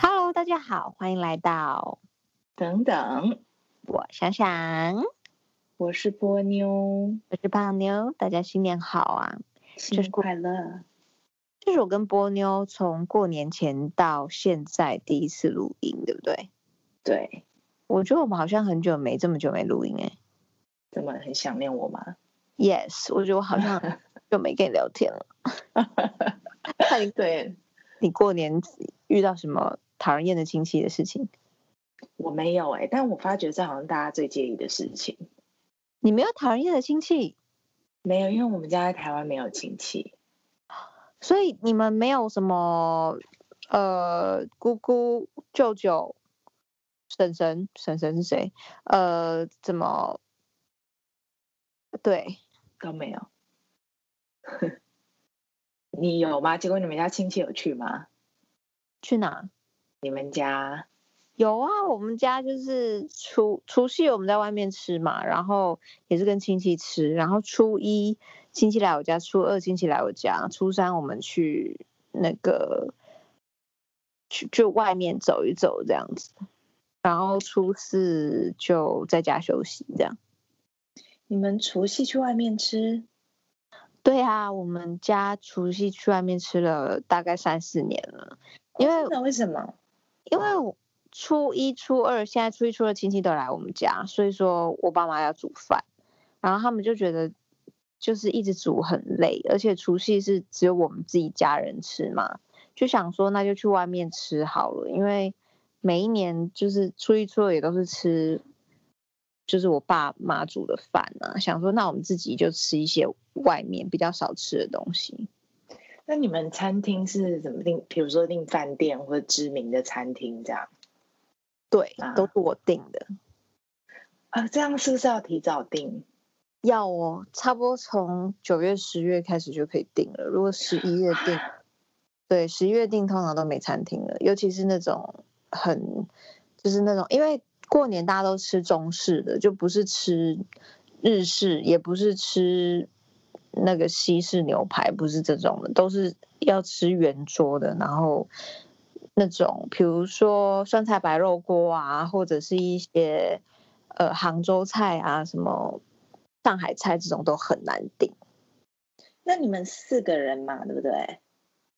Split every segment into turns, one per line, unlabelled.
Hello，大家好，欢迎来到
等等，
我想想，
我是波妞，
我是胖妞，大家新年好啊！
新年快乐！
这是我跟波妞从过年前到现在第一次录音，对不对？
对，
我觉得我们好像很久没这么久没录音哎、
怎么很想念我吗？
Yes，我觉得我好像很久没跟你聊天了。那你
对
你过年遇到什么讨人厌的亲戚的事情？
我没有哎、但我发觉这好像大家最介意的事情。
你没有讨人厌的亲戚，
没有，因为我们家在台湾没有亲戚。
所以你们没有什么呃姑姑、舅舅、婶婶、婶婶是谁？呃，怎么？对，
都没有。 你有吗？结果你们家亲戚有去吗？
去哪？
你们家
有啊，我们家就是除除夕我们在外面吃嘛，然后也是跟亲戚吃，然后初一亲戚来我家，初二亲戚来我家，初三我们去那个去就外面走一走这样子，然后初四就在家休息这样。
你们除夕去外面吃？
对啊，我们家除夕去外面吃了大概三四年了，因为
那为什么？
因为我初一、初二，现在初一、初二亲戚都来我们家，所以说我爸妈要煮饭，然后他们就觉得就是一直煮很累，而且除夕是只有我们自己家人吃嘛，就想说那就去外面吃好了，因为每一年就是初一、初二也都是吃，就是我爸妈煮的饭啊，想说那我们自己就吃一些外面比较少吃的东西。
那你们餐厅是怎么订？比如说订饭店或者知名的餐厅这样
对
啊，
都是我定的。
啊？这样是不是要提早订？
要哦，差不多从九月、十月开始就可以订了。如果十一月订，对，十一月订通常都没餐厅了，尤其是那种很，就是那种，因为过年大家都吃中式的，就不是吃日式，也不是吃那个西式牛排，不是这种的，都是要吃圆桌的，然后那种比如说酸菜白肉锅啊，或者是一些呃杭州菜啊，什么上海菜这种都很难订。
那你们四个人嘛，对不对？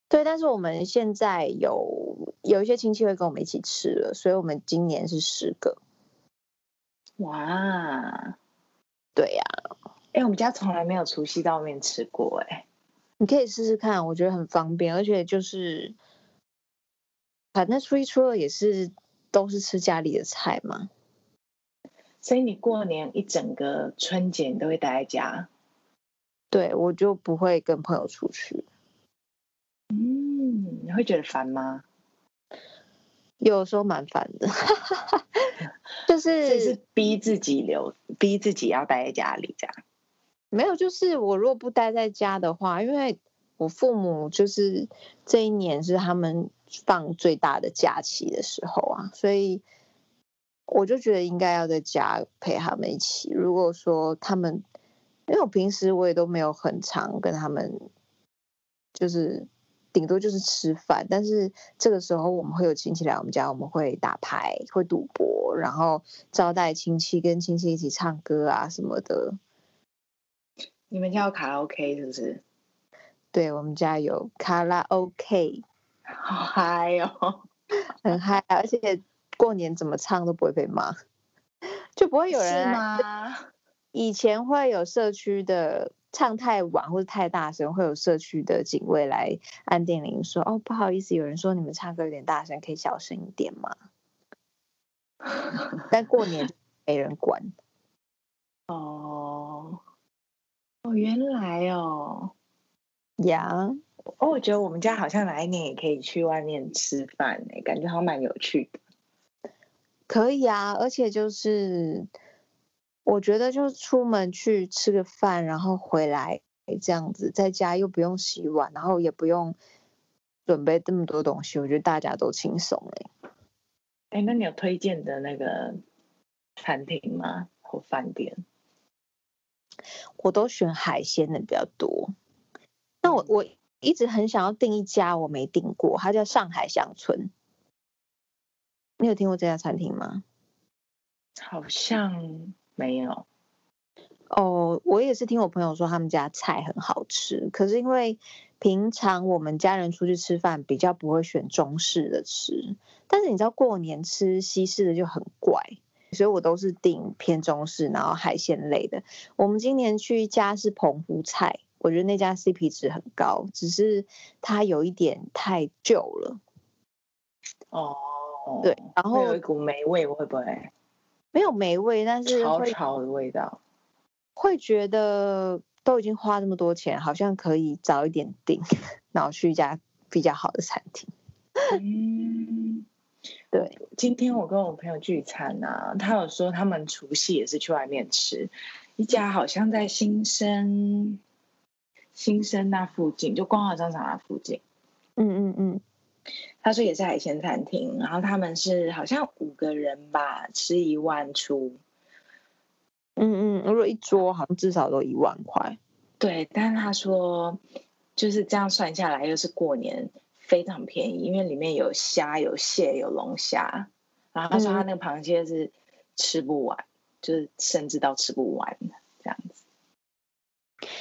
对，但是我们现在有有一些亲戚会跟我们一起吃了，所以我们今年是十个。
哇，
对呀、
哎、我们家从来没有除夕到外面吃过、哎，
你可以试试看，我觉得很方便，而且就是反正初一初二也是都是吃家里的菜嘛。
所以你过年一整个春节你都会待在家。
对，我就不会跟朋友出去。
嗯，你会觉得烦吗？
有时候蛮烦的， 就是
嗯所以是逼自己留，逼自己要待在家里这样。
没有，就是我如果不待在家的话，因为我父母就是这一年是他们放最大的假期的时候啊，所以我就觉得应该要在家陪他们一起。如果说他们，因为我平时我也都没有很常跟他们，就是顶多就是吃饭，但是这个时候我们会有亲戚来我们家，我们会打牌，会赌博，然后招待亲戚，跟亲戚一起唱歌啊什么的。
你们家有卡拉 OK 是不是？
对我们家有卡拉 OK，
好嗨哦！
很嗨啊，而且过年怎么唱都不会被骂， 就不会有人来？
是吗？
以前会有社区的唱太晚或者太大声，会有社区的警卫来按电铃说：“哦，不好意思，有人说你们唱歌有点大声，可以小声一点 吗？”但过年就没人管，
哦，哦，原来哦，
呀、
哦，我觉得我们家好像哪一年也可以去外面吃饭哎、感觉好像蛮有趣的。
可以啊，而且就是我觉得就是出门去吃个饭，然后回来这样子，在家又不用洗碗，然后也不用准备这么多东西，我觉得大家都轻松哎、
哎、那你有推荐的那个餐厅吗？或饭店？
我都选海鲜的比较多。那我我一直很想要订一家，我没订过，它叫上海乡村。你有听过这家餐厅吗？
好像没有。
哦，我也是听我朋友说他们家菜很好吃，可是因为平常我们家人出去吃饭比较不会选中式的吃，但是你知道过年吃西式的就很怪，所以我都是订偏中式，然后海鲜类的。我们今年去一家是澎湖菜，我觉得那家 CP 值很高，只是它有一点太旧了。
哦，
对，然
会有
后
一股霉味，会不会
没有霉味，但是
潮
会
潮的味道？
会觉得都已经花那么多钱，好像可以早一点订， 然后去一家比较好的餐厅。
嗯，
对，
今天我跟我朋友聚餐啊，他有说他们除夕也是去外面吃，一家好像在新生新生那附近，就光华商场那附近。
嗯嗯嗯，
他说也是海鲜餐厅，然后他们是好像五个人吧，吃一万出。
嗯嗯，如果一桌好像至少都一万块。
对，但是他说就是这样算下来，又是过年，非常便宜，因为里面有虾、有蟹、有龙虾。然后他
嗯
说他那个螃蟹是吃不完，就是甚至到吃不完的这样子。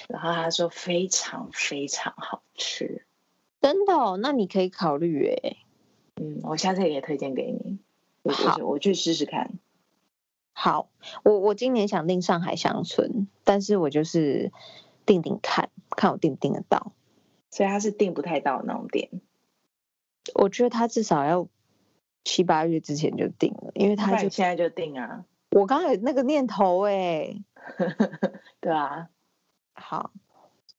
然后他说非常非常好吃，
真的哦，那你可以考虑诶、
嗯，我下次也可以推荐给你，我
好
我我去试试看。
好，我我今年想订上海乡村，但是我就是订订看看我订不订得到。
所以他是订不太到的那种店，
我觉得他至少要七八月之前就定了，因为
他
他就
现在就订啊，
我刚刚有那个念头诶、
对啊，
好，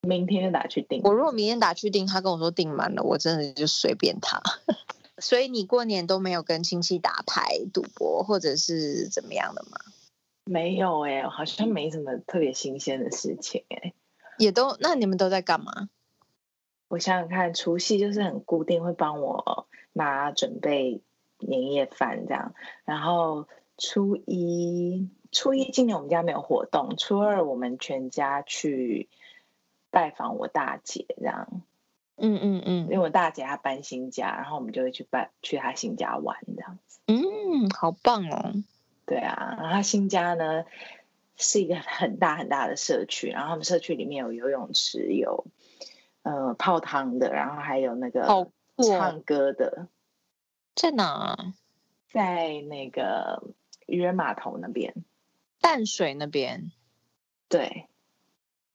明天就打去订。
我如果明天打去订，他跟我说订满了，我真的就随便他。 所以你过年都没有跟亲戚打牌、赌博或者是怎么样的吗？
没有哎、好像没什么特别新鲜的事情哎、
也都那你们都在干嘛？
我想想看，除夕就是很固定，会帮我妈准备年夜饭这样。然后初一，初一今年我们家没有活动，初二我们全家去拜访我大姐这样，
嗯嗯
因
嗯
为我大姐她搬新家，然后我们就会去拜去她新家玩这样子。
嗯，好棒哦！
对啊，然后他新家呢是一个很大很大的社区，然后他们社区里面有游泳池，有呃泡汤的，然后还有那
好
个
酷哦！
唱歌的，
在哪啊？
在那个渔人码头那边。
淡水那边，
对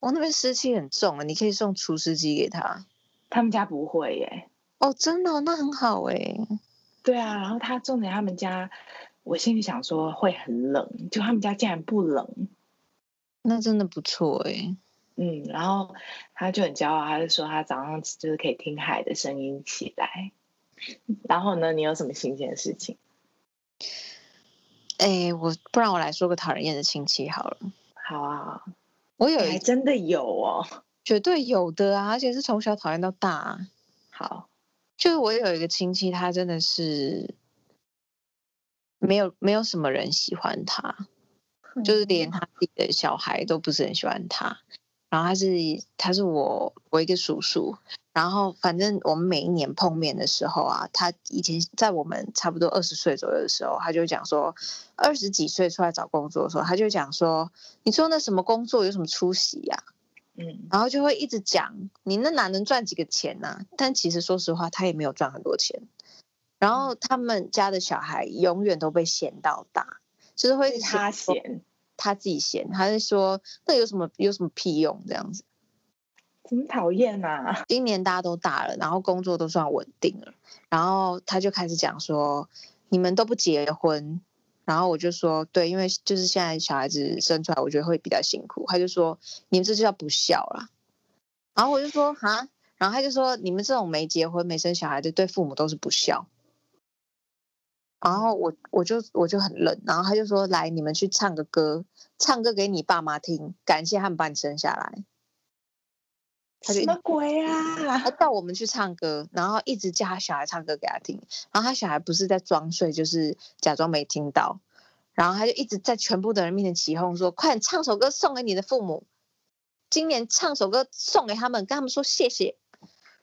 我、那边湿气很重啊，你可以送除湿机给他。
他们家不会耶，
哦，真的哦、那很好哎、
对啊，然后他重点他们家，我心里想说会很冷，就他们家竟然不冷，
那真的不错哎、
嗯，然后他就很骄傲，他就说他早上就是可以听海的声音起来。 然后呢，你有什么新鲜的事情？
哎、我不然我来说个讨人厌的亲戚好了。
好啊，
我有
你还
一
真的有哦。
绝对有的啊，而且是从小讨厌到大、啊。
好，
就是我有一个亲戚，他真的是没有没有什么人喜欢他，就是
嗯
连他自己的小孩都不是很喜欢他。然后他是他是我我一个叔叔，然后反正我们每一年碰面的时候啊，他以前在我们差不多二十岁左右的时候，他就讲说，二十几岁出来找工作的时候，他就讲说，你做那什么工作有什么出息啊呀、
嗯，
然后就会一直讲你那哪能赚几个钱呐、但其实说实话，他也没有赚很多钱。然后他们家的小孩永远都被嫌到大，就是会
是他
说
嫌，
他自己嫌，他是说那有什么有什么屁用这样子。
真讨厌呐！
今年大家都大了，然后工作都算稳定了，然后他就开始讲说你们都不结婚，然后我就说对，因为就是现在小孩子生出来，我觉得会比较辛苦。他就说你们这就叫不孝啦，然后我就说哈，然后他就说你们这种没结婚没生小孩的，对父母都是不孝。然后我我就我就很愣，然后他就说来你们去唱个歌，唱歌给你爸妈听，感谢他们把你生下来。他就一
什
直
么鬼啊
他？带我们去唱歌，然后一直叫他小孩唱歌给他听，然后他小孩不是在装睡，就是假装没听到，然后他就一直在全部的人面前起哄说：“快点唱首歌送给你的父母。”今年唱首歌送给他们，跟他们说谢谢。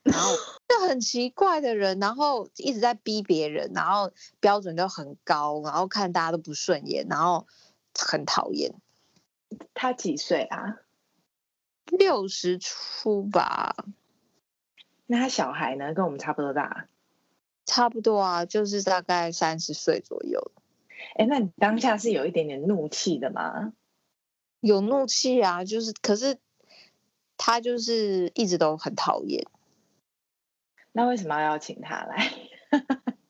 然后就很奇怪的人，然后一直在逼别人，然后标准都很高，然后看大家都不顺眼，然后很讨厌。
他几岁啊？
六十出吧，
那他小孩呢？跟我们差不多大。
差不多啊，就是大概三十岁左右。
哎，那你当下是有一点点怒气的吗？
有怒气啊，就是可是他就是一直都很讨厌，
那为什么要邀请他来？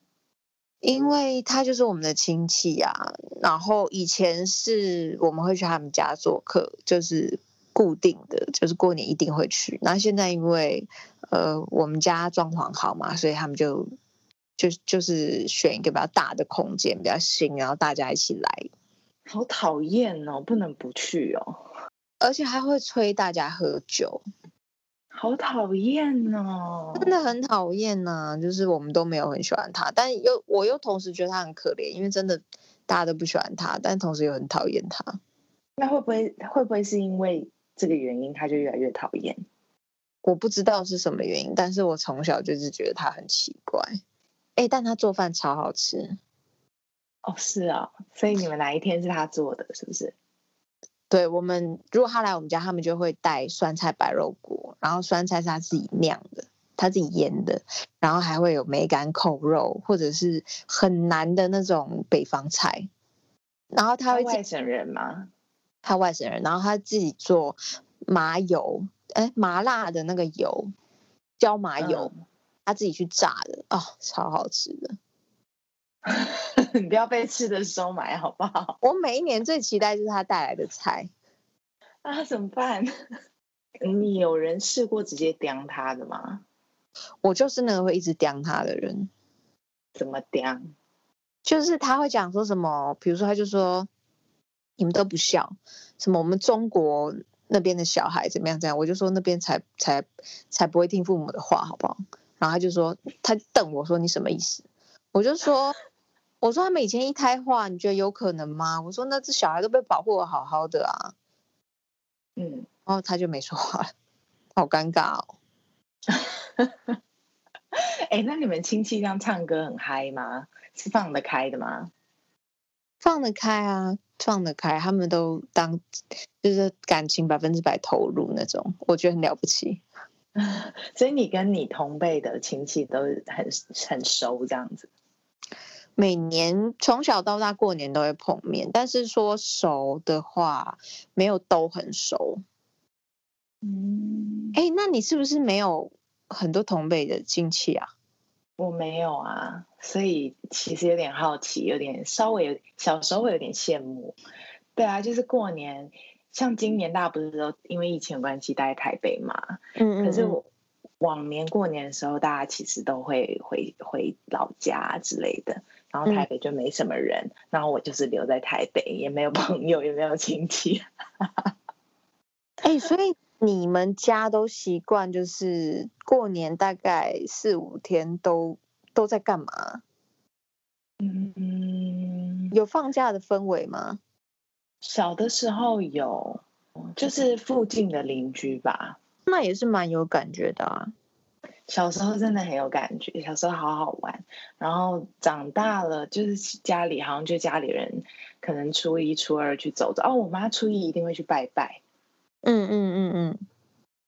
因为他就是我们的亲戚啊。然后以前是我们会去他们家做客，就是固定的，就是过年一定会去。那现在因为呃我们家装潢好嘛，所以他们就就就是选一个比较大的空间，比较新，然后大家一起来，
好讨厌哦，不能不去哦，
而且还会催大家喝酒。
好讨厌哦。
真的很讨厌呐，就是我们都没有很喜欢他，但又我又同时觉得他很可怜，因为真的大家都不喜欢他，但同时又很讨厌他。
那会不会会不会是因为这个原因，他就越来越讨厌？
我不知道是什么原因，但是我从小就是觉得他很奇怪。哎，但他做饭超好吃，
哦，是啊、哦，所以你们哪一天是他做的，是不是？
对我们如果他来我们家，他们就会带酸菜白肉锅，然后酸菜是他自己酿的。他自己腌的，然后还会有梅干扣肉，或者是很难的那种北方菜。然后他
他
会自
外省人吗？
他外省人，然后他自己做麻油，哎，麻辣的那个油，椒麻油，他自己去炸的，哦，超好吃的。
你不要被吃的收买好不好？
我每一年最期待就是他带来的菜，
啊，怎么办？ 你有人试过直接刁他的吗？
我就是那个会一直刁他的人。
怎么刁？
就是他会讲说什么，比如说他就说你们都不孝，什么我们中国那边的小孩怎么样怎么样，我就说那边才才才不会听父母的话，好不好？然后他就说他瞪我说你什么意思？我就说我说他们以前一胎化，你觉得有可能吗？我说那这小孩都被保护的好好的啊，
嗯，
然后他就没说话了，好尴尬哦。
哎、那你们亲戚这样唱歌很嗨吗？是放得开的吗？
放得开啊，放得开，他们都当就是感情百分之百投入那种，我觉得很了不起。
所以你跟你同辈的亲戚都是很很熟这样子。
每年从小到大过年都会碰面，但是说熟的话，没有都很熟。
嗯，
哎，那你是不是没有很多同辈的亲戚啊？
我没有啊，所以其实有点好奇，有点稍微有小时候会有点羡慕。对啊，就是过年，像今年大家不是都因为疫情的关系待在台北嘛？
嗯
可是我往年过年的时候，大家其实都会回回老家之类的，然后
嗯
台北就没什么人，然后我就是留在台北，也没有朋友，也没有亲戚。
哎，诶所以你们家都习惯就是过年大概四五天都都在干嘛？
嗯，
有放假的氛围吗？
小的时候有，就是附近的邻居吧。
那也是蛮有感觉的啊。
小时候真的很有感觉，小时候好好玩。然后长大了，就是家里好像就家里人可能初一、初二去走走。哦，我妈初一一定会去拜拜，
嗯嗯嗯嗯，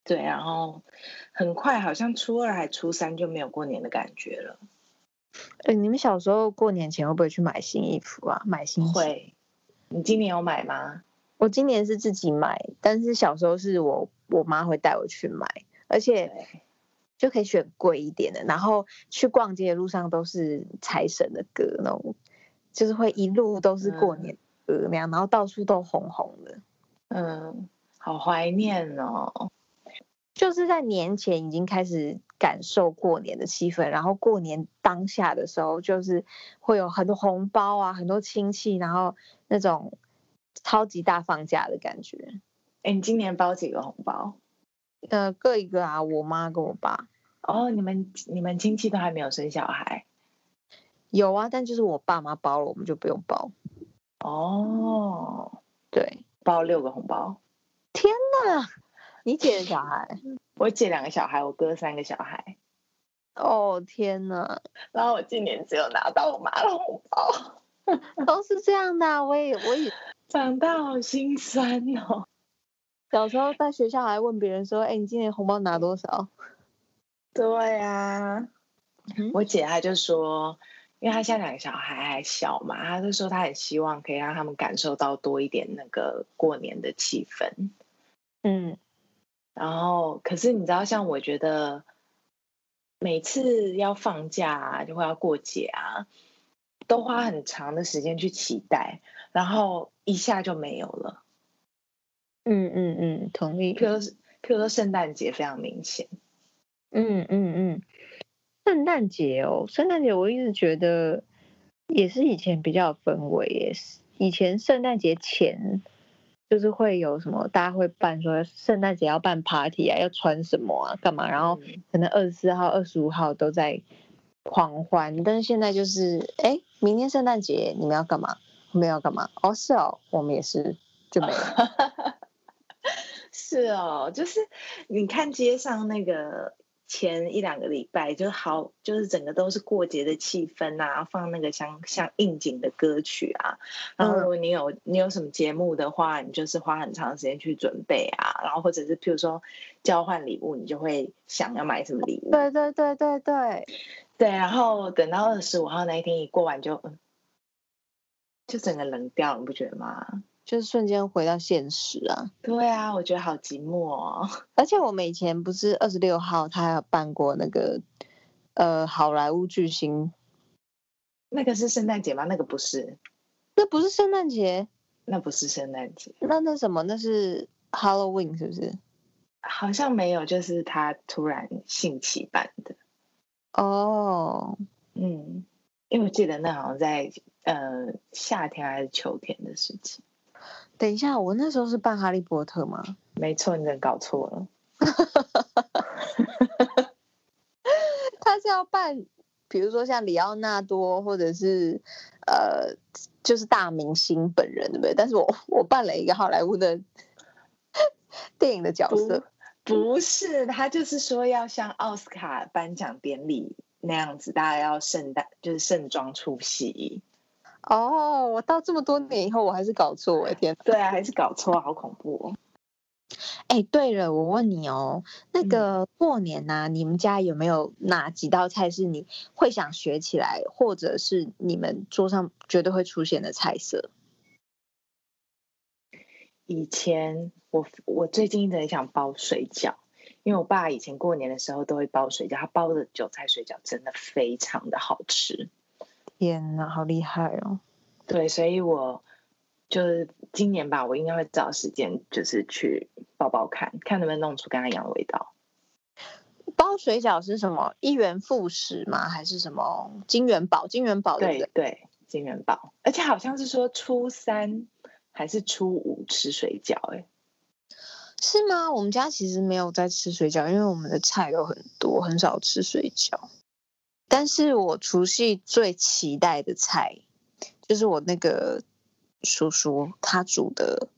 对。然后很快，好像初二还初三就没有过年的感觉了。
哎，你们小时候过年前会不会去买新衣服啊？买新鞋
会，你今年有买吗？
我今年是自己买，但是小时候是我我妈会带我去买，而且
对，
就可以选贵一点的。然后去逛街的路上都是财神的歌，那种就是会一路都是过年歌那样，然后到处都红红的。
嗯，好怀念哦。
就是在年前已经开始感受过年的气氛，然后过年当下的时候，就是会有很多红包啊，很多亲戚，然后那种超级大放假的感觉。
哎，你今年包几个红包？
呃，各一个啊，我妈跟我爸。
哦，你们你们亲戚都还没有生小孩
有啊，但就是我爸妈包了，我们就不用包。
哦，
对，
包六个红包。
那你姐的小孩？
我姐两个小孩，我哥三个小孩，
哦天哪，
然后我今年只有拿到我妈的红包，
都是这样的啊、我也我也
长大好心酸哦。
小时候在学校还问别人说：“哎、你今年红包拿多少
对啊，
嗯
我姐她就说，因为她现在两个小孩还小嘛，她就说她很希望可以让他们感受到多一点那个过年的气氛。？”
嗯，
然后，可是你知道，像我觉得每次要放假啊，就会要过节啊，都花很长的时间去期待，然后一下就没有了。
嗯嗯嗯，同意。
譬如说，譬如说圣诞节非常明显，
嗯嗯嗯，圣诞节哦，圣诞节我一直觉得也是以前比较有氛围耶，以前圣诞节前就是会有什么，大家会办说圣诞节要办 party 啊，要穿什么啊，干嘛，然后
嗯
可能二十四号、二十五号都在狂欢，但是现在就是，哎，明天圣诞节你们要干嘛？我们要干嘛？哦，是哦，我们也是就没了。
是哦，就是你看街上那个前一两个礼拜，就好，就是整个都是过节的气氛啊，放那个像像应景的歌曲啊。然后
嗯
如果你有你有什么节目的话，你就是花很长时间去准备啊，然后或者是譬如说交换礼物，你就会想要买什么礼物。
对对对对对，
对，然后等到二十五号那一天一过完就，嗯就整个冷掉，你不觉得吗？
就是瞬间回到现实啊。
对啊，我觉得好寂寞哦。
而且我们以前不是二十六号，他还有办过那个呃好莱坞巨星，
那个是圣诞节吗？那个不是。
那不是圣诞节，
那不是圣诞节，
那那什么，那是 Halloween 是不是？
好像没有，就是他突然兴起办的。
哦，
嗯，因为我记得那好像在呃夏天还是秋天的事情。
等一下，我那时候是办哈利波特吗？
没错，你真的搞错了。
他是要办，比如说像里奥纳多或者是呃就是大明星本人，对不对？但是我我办了一个好莱坞的 电影的角色，
不是，他就是说要像奥斯卡颁奖典礼那样子，大家要盛大，就是盛装出席。
哦，我到这么多年以后，我还是搞错，我的天！
对啊，还是搞错，好恐怖哦。
哎，对了，我问你哦，那
嗯
个过年呐、你们家有没有哪几道菜是你会想学起来，或者是你们桌上绝对会出现的菜色？
以前我我最近一直很想包水饺，因为我爸以前过年的时候都会包水饺，他包的韭菜水饺真的非常的好吃。
天呐，好厉害哦！
对，所以我就是今年吧，我应该会找时间就是去包包看看能不能弄出跟他一样的味道。
包水饺是什么？一元复始吗？还是什么金元宝？金元宝对不
对
对？
对，金元宝，而且好像是说初三还是初五吃水饺、欸，哎，
是吗？我们家其实没有在吃水饺，因为我们的菜有很多，很少吃水饺。但是我除夕最期待的菜，就是我那个叔叔他煮的，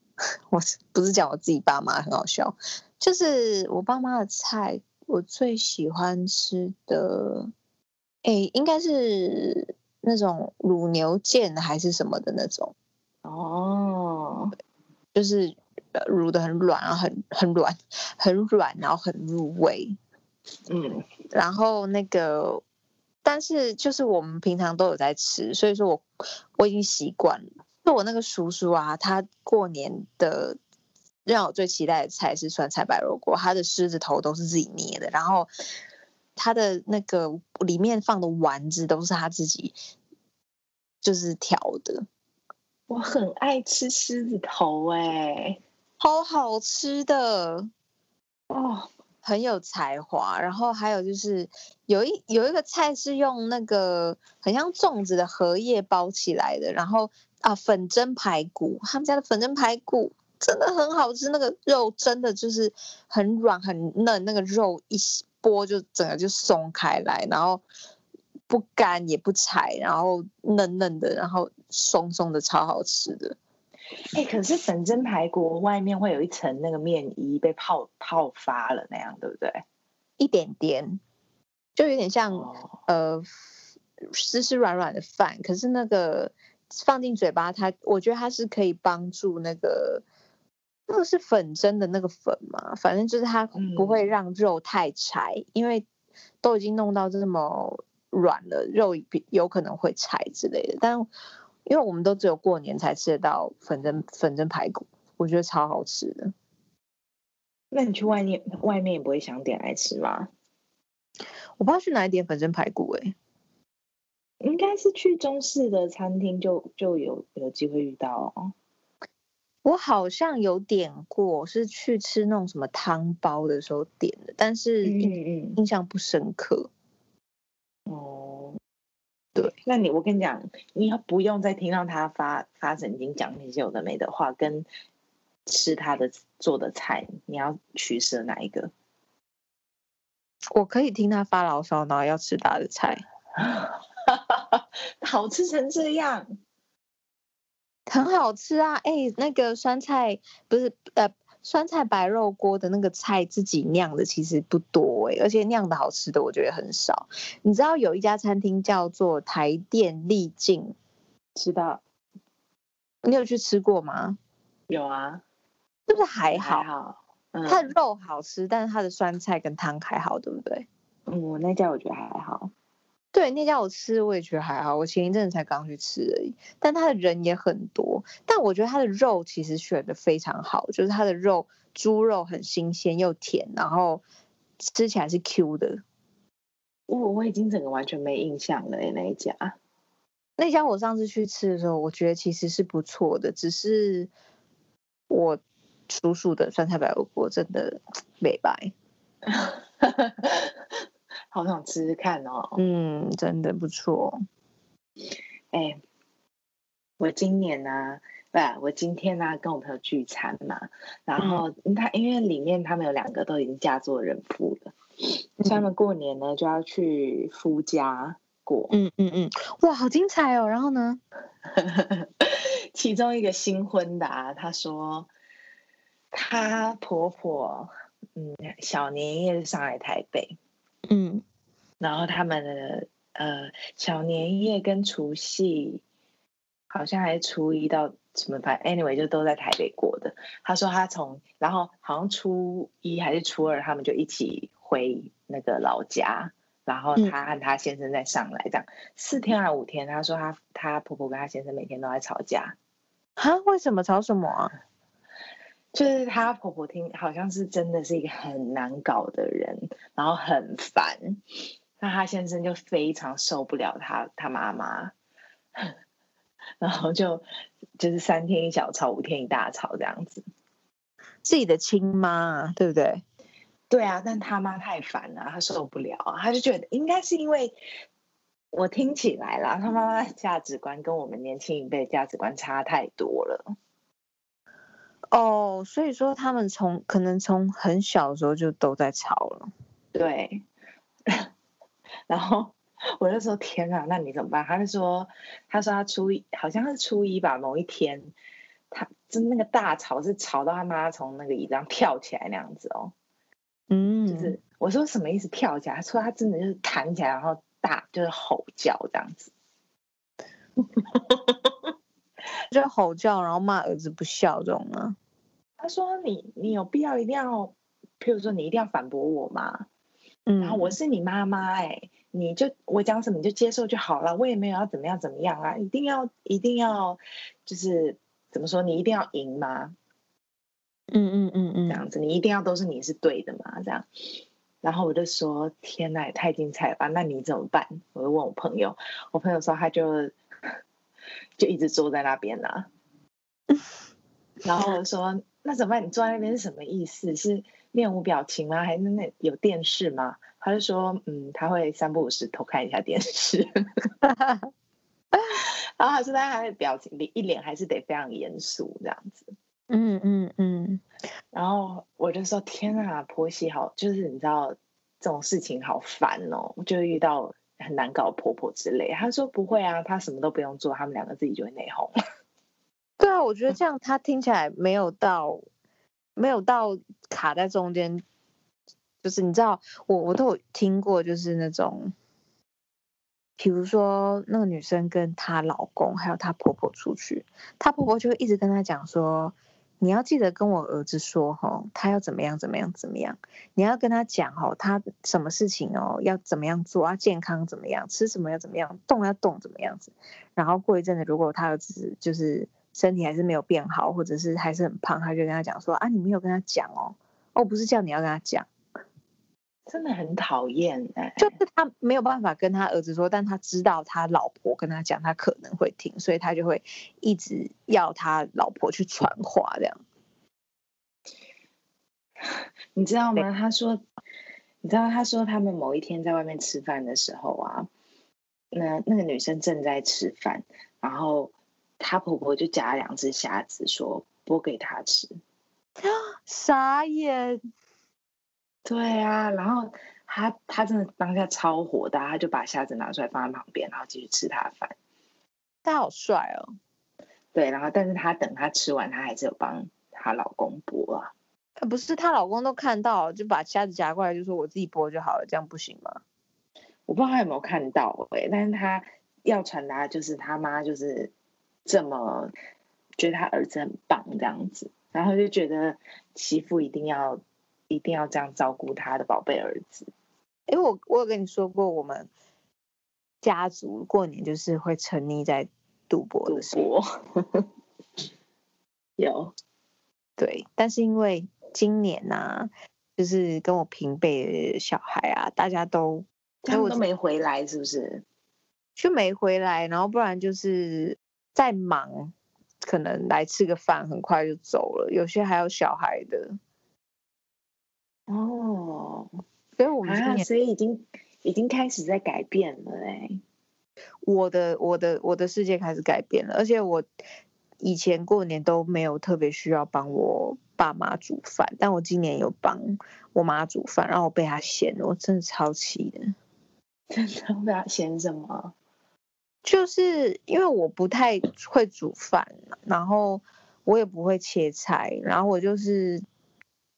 我是不是讲我自己爸妈很好笑，就是我爸妈的菜，我最喜欢吃的，诶，应该是那种卤牛腱还是什么的那种。
哦，
就是呃卤的很软，然后很很软，很软，然后很入味。
嗯，
然后那个，但是就是我们平常都有在吃，所以说我我已经习惯了。就我那个叔叔啊，他过年的让我最期待的菜是酸菜白肉锅，他的狮子头都是自己捏的，然后他的那个里面放的丸子都是他自己就是调的，
我很爱吃狮子头、欸，
好好吃的。
哎，哦。
很有才华，然后还有就是有一有一个菜是用那个很像粽子的荷叶包起来的，然后啊粉蒸排骨，他们家的粉蒸排骨真的很好吃，那个肉真的就是很软很嫩，那个肉一剥就整个就松开来，然后不干也不柴，然后嫩嫩的，然后松松的，超好吃的。
哎、可是粉蒸排骨外面会有一层那个面衣被泡泡发了那样，对不对？
一点点，就有点像、
哦，
呃湿湿软软的饭，可是那个放进嘴巴它，我觉得它是可以帮助那个那个是粉蒸的那个粉嘛，反正就是它不会
嗯
让肉太柴，因为都已经弄到这么软了，肉比有可能会柴之类的。但因为我们都只有过年才吃得到粉蒸粉蒸排骨，我觉得超好吃的。
那你去外面外面也不会想点来吃吗？
我不知道去哪里点粉蒸排骨诶、欸
应该是去中式的餐厅就就有有机会遇到哦。
我好像有点过，是去吃那种什么汤包的时候点的，但是印
嗯嗯
印象不深刻。
哦，
对，
那你我跟你讲，你要不用再听到他发发神经讲那些有的没的话，跟吃他的做的菜，你要取舍哪一个？
我可以听他发牢骚，然后要吃他的菜，
好吃成这样，
很好吃啊！哎、那个酸菜不是呃酸菜白肉锅的那个菜自己酿的其实不多哎、而且酿的好吃的我觉得很少。你知道有一家餐厅叫做台电丽境，
知道
你有去吃过吗？
有啊，
是不是还好？
还好，嗯，
它的肉好吃，但是它的酸菜跟汤还好，对不对？
嗯，我那家我觉得还好，
对，那家我吃我也觉得还好，我前一阵子才刚去吃而已。但它的人也很多，但我觉得它的肉其实选的非常好，就是它的肉猪肉很新鲜又甜，然后吃起来是 Q 的。
我我已经整个完全没印象了耶欸那一家，
那家我上次去吃的时候，我觉得其实是不错的，只是我叔叔的酸菜白肉锅真的美白，
好想吃吃看哦，
嗯，真的不错。
哎、我今年呢、不、我今天呢、啊跟我朋友聚餐嘛，然后他因为里面他们有两个都已经嫁作人妇了，所以他们过年呢就要去夫家过。
嗯嗯嗯，哇，好精彩哦！然后呢？
其中一个新婚的啊，她说她婆婆嗯小年夜上来台北，
嗯
然后他们的呃小年夜跟除夕，好像还是初一到什么，反正 anyway 就都在台北过的。他说他从，然后好像初一还是初二，他们就一起回那个老家，然后
嗯
他和他先生再上来，这样、四天还是五天？他说他他婆婆跟他先生每天都在吵架。
啊，为什么吵什么啊？
就是她婆婆听，好像是真的是一个很难搞的人，然后很烦。那她先生就非常受不了她她妈妈， 然后就就是三天一小吵，五天一大吵这样子。
自己的亲妈啊，对不对？
对啊，但他妈太烦了，她受不了啊，她就觉得应该是因为我听起来啦，她妈妈的价值观跟我们年轻一辈的价值观差太多了。
哦，所以说他们从可能从很小的时候就都在吵了。
对， 然后我就说天啊，那你怎么办？他就说，他说他初一好像是初一吧，某一天，他真那个大吵是吵到他妈从那个椅子上跳起来那样子哦，
嗯，
就是、我说什么意思跳起来？他说他真的就是弹起来，然后大就是吼叫这样子。
就吼叫，然后骂儿子不孝这种吗？
他说你你有必要一定要，譬如说你一定要反驳我吗？
嗯，
然后我是你妈妈哎、你就我讲什么你就接受就好了，我也没有要怎么样怎么样啊，一定要一定要就是怎么说，你一定要赢吗？
嗯嗯嗯
这
嗯，
样子，你一定要都是你是对的嘛？这样，然后我就说天呐，也太精彩了吧！那你怎么办？我就问我朋友，我朋友说他就就一直坐在那边啊，然后我说那怎么办？你坐在那边是什么意思？是面无表情吗？还是那有电视吗？他就说，嗯，他会三不五时偷看一下电视。然后他说，但他的表情一脸还是得非常严肃这样子。
嗯嗯嗯，
然后我就说，天啊，婆媳好，就是你知道这种事情好烦哦，就遇到很难搞的婆婆之类。他说不会啊，他什么都不用做，他们两个自己就会内讧。
对啊，啊，我觉得这样它听起来没有到，没有到卡在中间，就是你知道，我我都有听过，就是那种，比如说那个女生跟她老公还有她婆婆出去，她婆婆就会一直跟她讲说，你要记得跟我儿子说吼，他要怎么样怎么样怎么样，你要跟他讲哦，他什么事情哦要怎么样做，啊，健康怎么样，吃什么要怎么样，动要动怎么样子。然后过一阵子，如果他儿子就是身体还是没有变好，或者是还是很胖，他就跟他讲说啊，你没有跟他讲哦，哦，不是叫你要跟他讲，
真的很讨厌哎、
就是他没有办法跟他儿子说，但他知道他老婆跟他讲，他可能会听，所以他就会一直要他老婆去传话这样。
你知道吗？
对
他说，你知道他说他们某一天在外面吃饭的时候啊，那那个女生正在吃饭，然后她婆婆就夹了两只虾子说剥给她吃。
傻眼，
对啊，然后她她真的当下超火大，她就把虾子拿出来放在旁边，然后继续吃她的饭。
他好帅哦。
对，然后但是她等她吃完，她还是有帮她老公剥啊。
呃不是，她老公都看到，就把虾子夹过来，就说我自己剥就好了，这样不行吗？
我不知道他有没有看到哎、但是他要传达的就是他妈就是这么觉得他儿子很棒这样子，然后就觉得媳妇一定要一定要这样照顾他的宝贝儿子。
因为我我有跟你说过，我们家族过年就是会沉溺在赌博
赌
的事，
博 有
对。但是因为今年呐、就是跟我平辈的小孩啊，大家都
他们都没回来是不是？
就没回来，然后不然就是在忙，可能来吃个饭，很快就走了。有些还有小孩的，
哦，
所以我们今
啊，
年
所以已经已经开始在改变了哎、
我的我的我的世界开始改变了，而且我以前过年都没有特别需要帮我爸妈煮饭，但我今年有帮我妈煮饭，然后我被她嫌了，我真的超气的。
真的不要嫌什么？
就是因为我不太会煮饭，啊然后我也不会切菜，然后我就是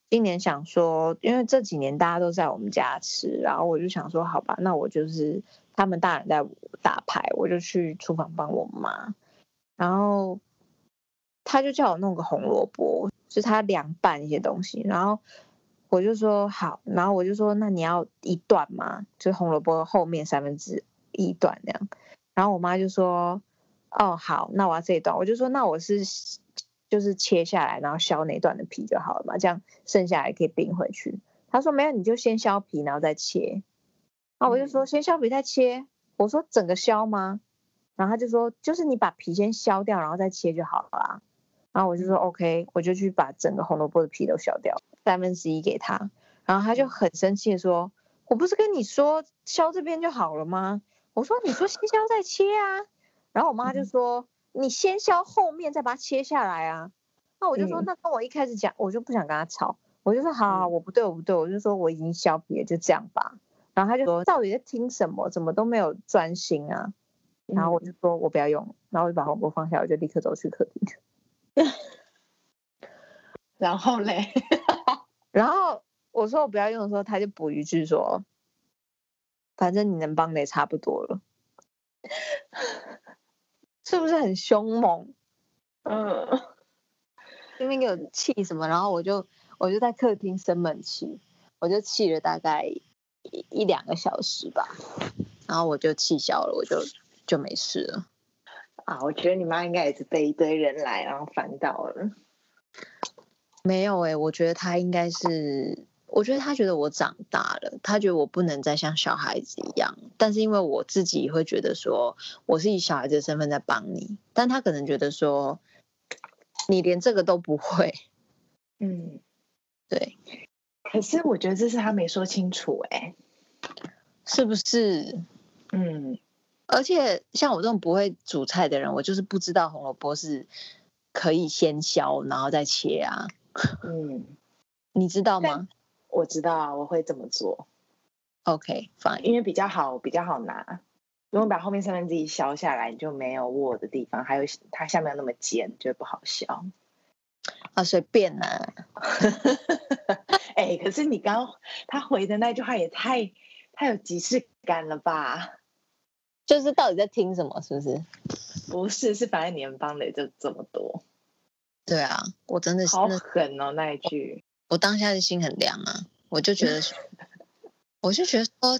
今年想说，因为这几年大家都在我们家吃，然后我就想说，好吧，那我就是他们大人在打牌，我就去厨房帮我妈，然后他就叫我弄个红萝卜，就是他凉拌一些东西，然后我就说好，然后我就说那你要一段吗？就是红萝卜后面三分之一段那样。然后我妈就说：“哦，好，那我要这一段。”我就说：“那我是就是切下来，然后削那段的皮就好了嘛，这样剩下来可以冰回去。”她说：“没有，你就先削皮，然后再切。”然后我就说：“先削皮再切。”我说：“整个削吗？”然后她就说：“就是你把皮先削掉，然后再切就好了啦。”然后我就说：“OK。”我就去把整个红萝卜的皮都削掉，三分之一给她。然后她
嗯
就很生气的说：“我不是跟你说削这边就好了吗？”我说你说先削再切啊，然后我妈就
嗯
说你先削后面再把它切下来啊。那我就说
嗯
那跟我一开始讲，我就不想跟他吵，我就说好啊，
嗯
我不对，我不对，我就说我已经削皮了，就这样吧。然后他就说到底在听什么，怎么都没有专心啊。然
嗯
后我就说我不要用，然后我就把红锅放下，我就立刻走去客厅。
然后 嘞，
然后我说我不要用的时候，他就补一句说，反正你能帮的也差不多了， 是不是很凶猛？
嗯，
那边给我气什么，然后我就我就在客厅生闷气，我就气了大概一一两个小时吧，然后我就气消了，我就就没事了。
啊，我觉得你妈应该也是被一堆人来，然后烦到了。
没有诶、我觉得他应该是，我觉得他觉得我长大了，他觉得我不能再像小孩子一样，但是因为我自己会觉得说，我是以小孩子的身份在帮你，但他可能觉得说，你连这个都不会，
嗯，
对，
可是我觉得这是他没说清楚、哎，
是不是？
嗯，
而且像我这种不会煮菜的人，我就是不知道红萝卜是可以先削然后再切啊，
嗯，
你知道吗
我知道啊，我会这么做，
？OK，fine，、
因为比较好，比较好拿。如果你把后面三分之一削下来，你就没有握的地方，还有它下面有那么尖，就不好削。
啊，随便啦、
哎、可是你刚他回的那句话也太太有即视感了吧？
就是到底在听什么，是不是？
不是，是反正联邦的就这么多，
对啊，我真的是
好
那
狠哦那一句。
我当下的心很凉啊，我就觉得说， 我就觉得说，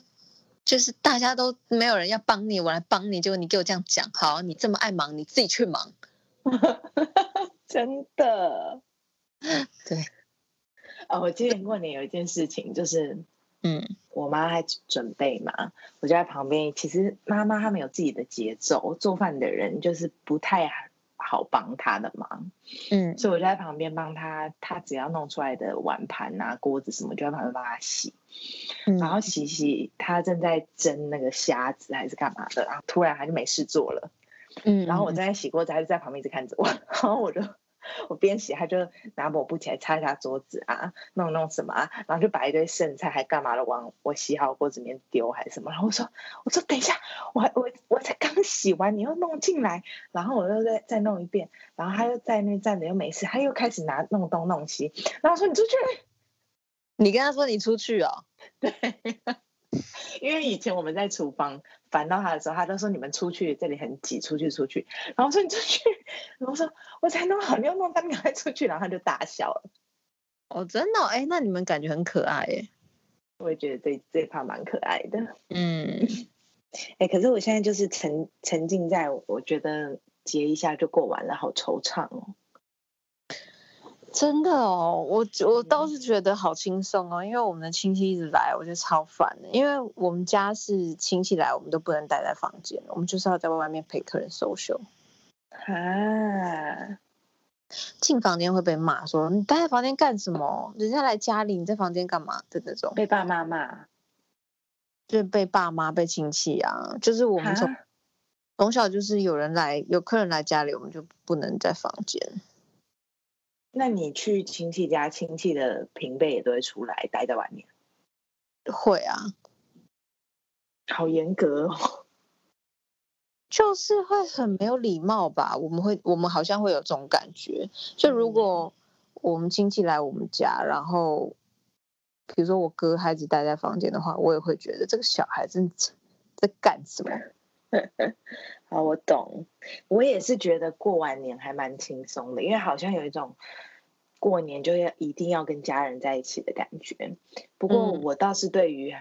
就是大家都没有人要帮你，我来帮你，结果你给我这样讲，好，你这么爱忙，你自己去忙。
真的。
对，
哦，我今年过年有一件事情，就是
嗯
我妈还准备嘛，我就在旁边。其实妈妈他们有自己的节奏，做饭的人就是不太好帮她的忙，
嗯
所以我就在旁边帮她。她只要弄出来的碗盘啊、锅子什么，就在旁边帮她洗。
嗯，
然后洗洗，她正在蒸那个虾子还是干嘛的，然后突然她就没事做了。
嗯，
然后我
嗯
正在洗锅子，他就在旁边一直看着我， 然后我就我边洗，他就拿抹布起来擦一下桌子啊，弄弄什么啊，然后就把一堆剩菜还干嘛的往我洗好的锅子里面丢还是什么，然后我说我说等一下，我还我我才刚洗完，你又弄进来，然后我又再再弄一遍，然后他又在那站着又没事，他又开始拿弄东弄西，然后说你出去，
你跟他说你出去哦，
因为以前我们在厨房烦到他的时候，他就说你们出去，这里很挤，出去出去。然后我说你出去，然后我说我才弄好，你又弄脏，你还出去，然后他就大笑了。
哦，真的哦、哎，那你们感觉很可爱耶。
我也觉得这这一趴蛮可爱的。
嗯，
哎、可是我现在就是沉沉浸在我觉得结一下就过完了，好惆怅哦。
真的哦，我我倒
嗯
是觉得好轻松哦，因为我们的亲戚一直来，我觉得超烦的。因为我们家是亲戚来，我们都不能待在房间，我们就是要在外面陪客人 social。
啊，
进房间会被骂说你待在房间干什么？人家来家里，你在房间干嘛的那种，
被爸妈骂，
就是被爸妈、被亲戚啊，就是我们从
啊
从小就是有人来，有客人来家里，我们就不能在房间。
那你去亲戚家，亲戚的平辈也都会出来待在外面，
会啊，
好严格哦。
就是会很没有礼貌吧？我们会，我们好像会有这种感觉。就如
嗯
果我们亲戚来我们家，然后比如说我哥孩子待在房间的话，我也会觉得这个小孩子在干什么？
好，我懂。我也是觉得过完年还蛮轻松的，因为好像有一种过年就要一定要跟家人在一起的感觉。不过
嗯
我倒是对于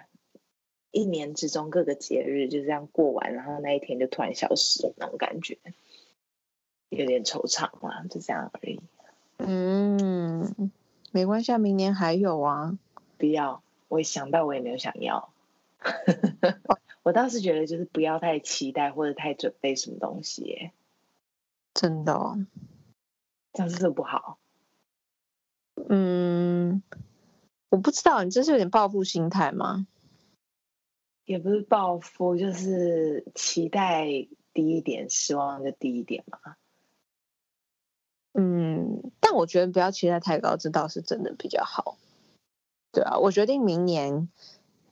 一年之中各个节日就这样过完，然后那一天就突然消失了那种感觉，有点惆怅嘛，就这样而已。
嗯，没关系，啊，明年还有啊。
不要，我想到我也没有想要。 我倒是觉得就是不要太期待或者太准备什么东西耶，
真的、哦，
这样是不是不好？
嗯，我不知道，你这是有点报复心态吗？
也不是报复，就是期待低一点，失望就低一点嘛。
嗯，但我觉得不要期待太高，这倒是真的比较好。对啊，我决定明年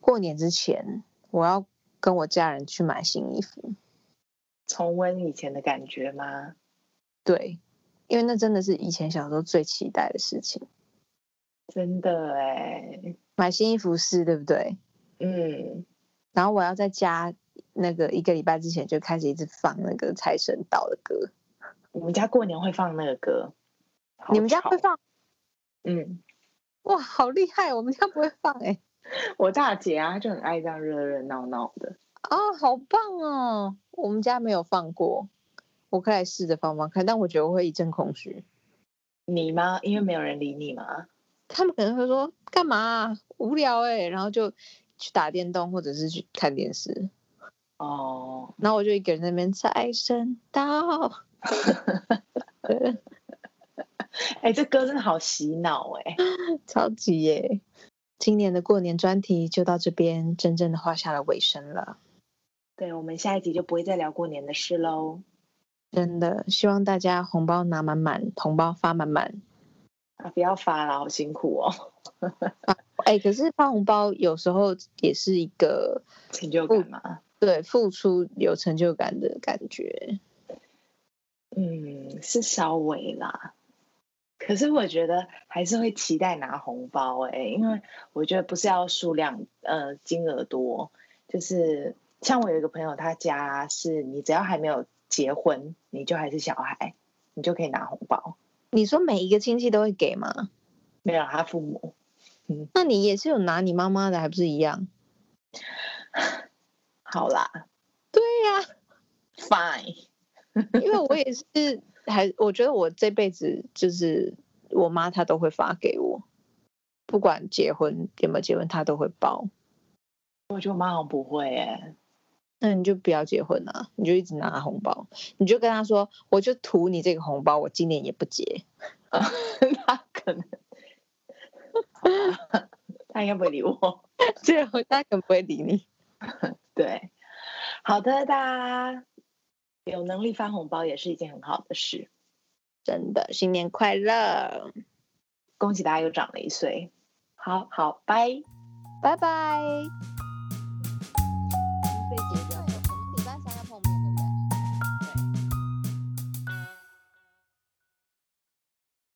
过年之前，我要跟我家人去买新衣服。
重温以前的感觉吗？
对，因为那真的是以前小时候最期待的事情。
真的哎、
买新衣服是对不对？
嗯，
然后我要在家那个一个礼拜之前就开始一直放那个财神到的歌。
我们家过年会放那个歌，好
你们家会
吵？
放？
嗯，
哇，好厉害！我们家不会放哎、
我大姐啊就很爱这样热热闹闹的。
啊，好棒哦！我们家没有放过，我可以来试着放放看，但我觉得我会一阵空虚。
你吗？因为没有人理你嘛。
他们可能会说干嘛啊、无聊哎、然后就去打电动或者是去看电视，
哦，
然后我就一个人在那边财神到，呃
哎、这歌真的好洗脑哎、
超级耶、今年的过年专题就到这边，真正的画下了尾声了。
对，我们下一集就不会再聊过年的事喽。
真的，希望大家红包拿满满，红包发满满。
啊，不要发了，好辛苦哦，
哎、可是发红包有时候也是一个
成就感嘛。
对付出有成就感的感觉。
嗯，是稍微啦。可是我觉得还是会期待拿红包哎、因为我觉得不是要数量呃金额多，就是像我有一个朋友，他家是你只要还没有结婚，你就还是小孩，你就可以拿红包。
你说每一个亲戚都会给吗？
没有他父母，
那你也是有拿你妈妈的，还不是一样？
好啦
对呀、
，fine，
因为我也是，还我觉得我这辈子就是我妈她都会发给我，不管结婚有没有结婚，她都会包。
我觉得我妈好像不会 哎、
那你就不要结婚啊，你就一直拿红包，你就跟她说，我就图你这个红包，我今年也不结。
他可能， 他应该不会理我。
这样她可能不会理你。
对，好的，大家有能力发红包也是一件很好的事。
真的，新年快乐，
恭喜大家又长了一岁。好好，拜。
拜拜。